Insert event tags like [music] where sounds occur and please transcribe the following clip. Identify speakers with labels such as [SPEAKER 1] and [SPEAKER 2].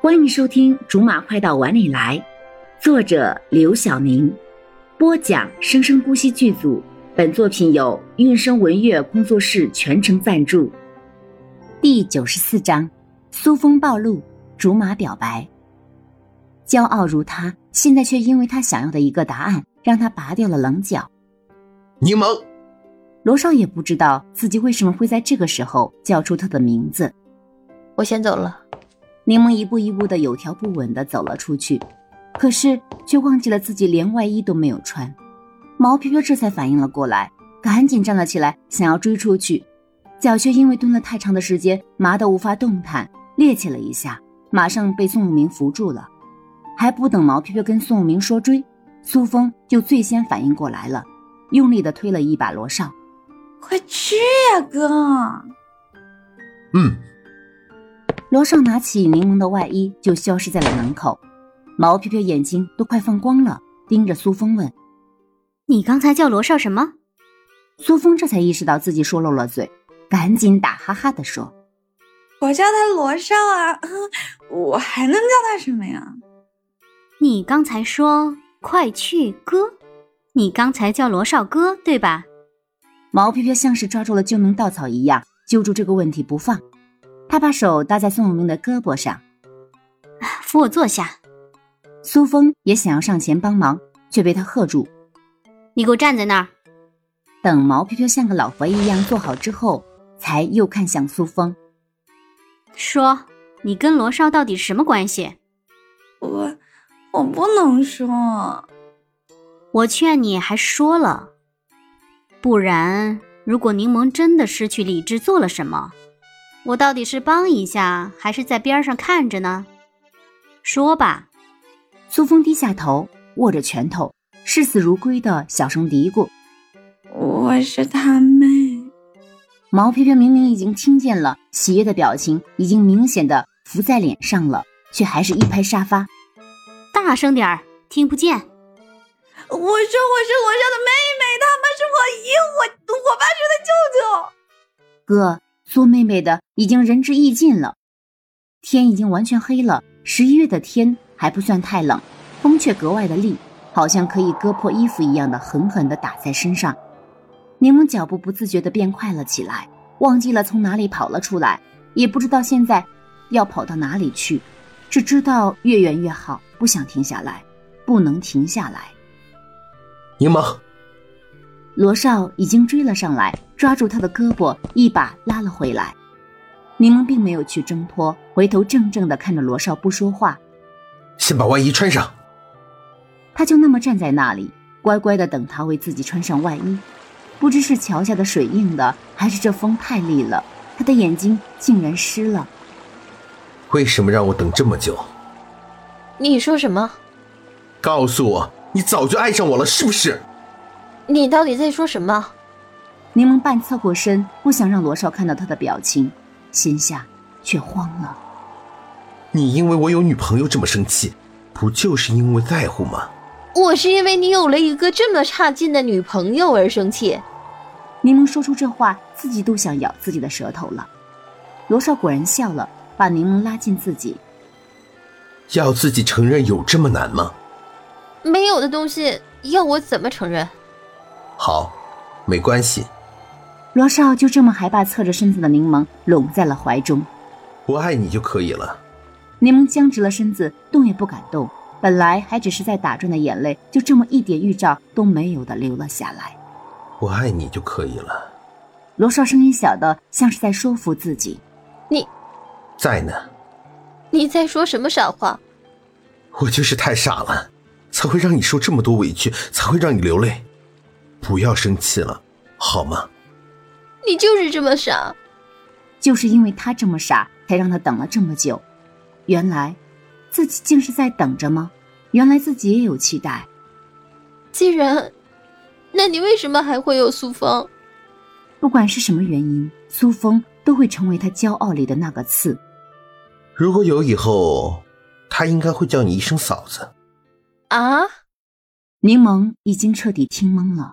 [SPEAKER 1] 欢迎收听《竹马快到碗里来》，作者刘晓宁，播讲生生不息剧组。本作品由韵声文乐工作室全程赞助。
[SPEAKER 2] 第九十四章：苏风暴露，竹马表白。骄傲如他，现在却因为他想要的一个答案，让他拔掉了棱角。
[SPEAKER 3] 柠檬，
[SPEAKER 2] 罗少也不知道自己为什么会在这个时候叫出他的名字。
[SPEAKER 4] 我先走了。
[SPEAKER 2] 柠檬一步一步的有条不紊的走了出去，可是却忘记了自己连外衣都没有穿。毛飘飘这才反应了过来，赶紧站了起来，想要追出去，脚却因为蹲了太长的时间麻得无法动弹，趔趄了一下，马上被宋武明扶住了。还不等毛飘飘跟宋武明说追，苏峰就最先反应过来了，用力的推了一把罗少，
[SPEAKER 5] 快吃呀、啊，哥！
[SPEAKER 3] 嗯。
[SPEAKER 2] 罗少拿起柠檬的外衣，就消失在了门口。毛飘飘眼睛都快放光了，盯着苏峰问：“
[SPEAKER 6] 你刚才叫罗少什么？”
[SPEAKER 2] 苏峰这才意识到自己说漏了嘴，赶紧打哈哈的说：“
[SPEAKER 5] 我叫他罗少啊， [laughs] 我还能叫他什么呀？”
[SPEAKER 6] 你刚才说快去哥，你刚才叫罗少哥对吧？
[SPEAKER 2] 毛飘飘像是抓住了救命稻草一样，揪住这个问题不放。他把手搭在宋永明的胳膊上，
[SPEAKER 6] 扶我坐下。
[SPEAKER 2] 苏峰也想要上前帮忙，却被他喝住：“
[SPEAKER 6] 你给我站在那儿！”
[SPEAKER 2] 等毛飘飘像个老佛一样坐好之后，才又看向苏峰，
[SPEAKER 6] 说：“你跟罗少到底什么关系？”“
[SPEAKER 5] 我……我不能说。”“
[SPEAKER 6] 我劝你还说了，不然如果柠檬真的失去理智做了什么……”我到底是帮一下，还是在边上看着呢？说吧。
[SPEAKER 2] 苏峰低下头，握着拳头，视死如归的小声嘀咕：“
[SPEAKER 5] 我是他妹。”
[SPEAKER 2] 毛飘飘明明已经听见了，喜悦的表情已经明显的浮在脸上了，却还是一拍沙发：“
[SPEAKER 6] 大声点儿，听不见！”
[SPEAKER 5] 我说我是罗少的妹妹，他们是我姨，我我爸是
[SPEAKER 2] 他舅舅。哥。苏妹妹的已经仁至义尽了，天已经完全黑了。十一月的天还不算太冷，风却格外的厉，好像可以割破衣服一样的狠狠地打在身上。柠檬脚步不自觉地变快了起来，忘记了从哪里跑了出来，也不知道现在要跑到哪里去，只知道越远越好，不想停下来，不能停下来。
[SPEAKER 3] 柠檬。
[SPEAKER 2] 罗少已经追了上来，抓住他的胳膊，一把拉了回来。柠檬并没有去挣脱，回头怔怔地看着罗少，不说话。
[SPEAKER 3] 先把外衣穿上。
[SPEAKER 2] 他就那么站在那里，乖乖地等他为自己穿上外衣。不知是桥下的水硬了，还是这风太厉了，他的眼睛竟然湿了。
[SPEAKER 3] 为什么让我等这么久？
[SPEAKER 4] 你说什么？
[SPEAKER 3] 告诉我，你早就爱上我了，是不是？
[SPEAKER 4] 你到底在说什么？
[SPEAKER 2] 柠檬半侧过身，不想让罗少看到他的表情，心下却慌了。
[SPEAKER 3] 你因为我有女朋友这么生气，不就是因为在乎吗？
[SPEAKER 4] 我是因为你有了一个这么差劲的女朋友而生气。
[SPEAKER 2] 柠檬说出这话，自己都想咬自己的舌头了。罗少果然笑了，把柠檬拉近自己。
[SPEAKER 3] 要自己承认有这么难吗？
[SPEAKER 4] 没有的东西，要我怎么承认？
[SPEAKER 3] 好，没关系。
[SPEAKER 2] 罗少就这么还把侧着身子的柠檬拢在了怀中。
[SPEAKER 3] 我爱你就可以了。
[SPEAKER 2] 柠檬僵直了身子，动也不敢动。本来还只是在打转的眼泪，就这么一点预兆都没有的流了下来。
[SPEAKER 3] 我爱你就可以了。
[SPEAKER 2] 罗少声音小的像是在说服自己。
[SPEAKER 4] 你，
[SPEAKER 3] 在呢。
[SPEAKER 4] 你在说什么傻话？
[SPEAKER 3] 我就是太傻了，才会让你受这么多委屈，才会让你流泪。不要生气了，好吗？
[SPEAKER 4] 你就是这么傻，
[SPEAKER 2] 就是因为他这么傻，才让他等了这么久。原来，自己竟是在等着吗？原来自己也有期待。
[SPEAKER 4] 既然，那你为什么还会有苏峰？
[SPEAKER 2] 不管是什么原因，苏峰都会成为他骄傲里的那个刺。
[SPEAKER 3] 如果有以后，他应该会叫你一声嫂子。
[SPEAKER 4] 啊！
[SPEAKER 2] 柠檬已经彻底听懵了。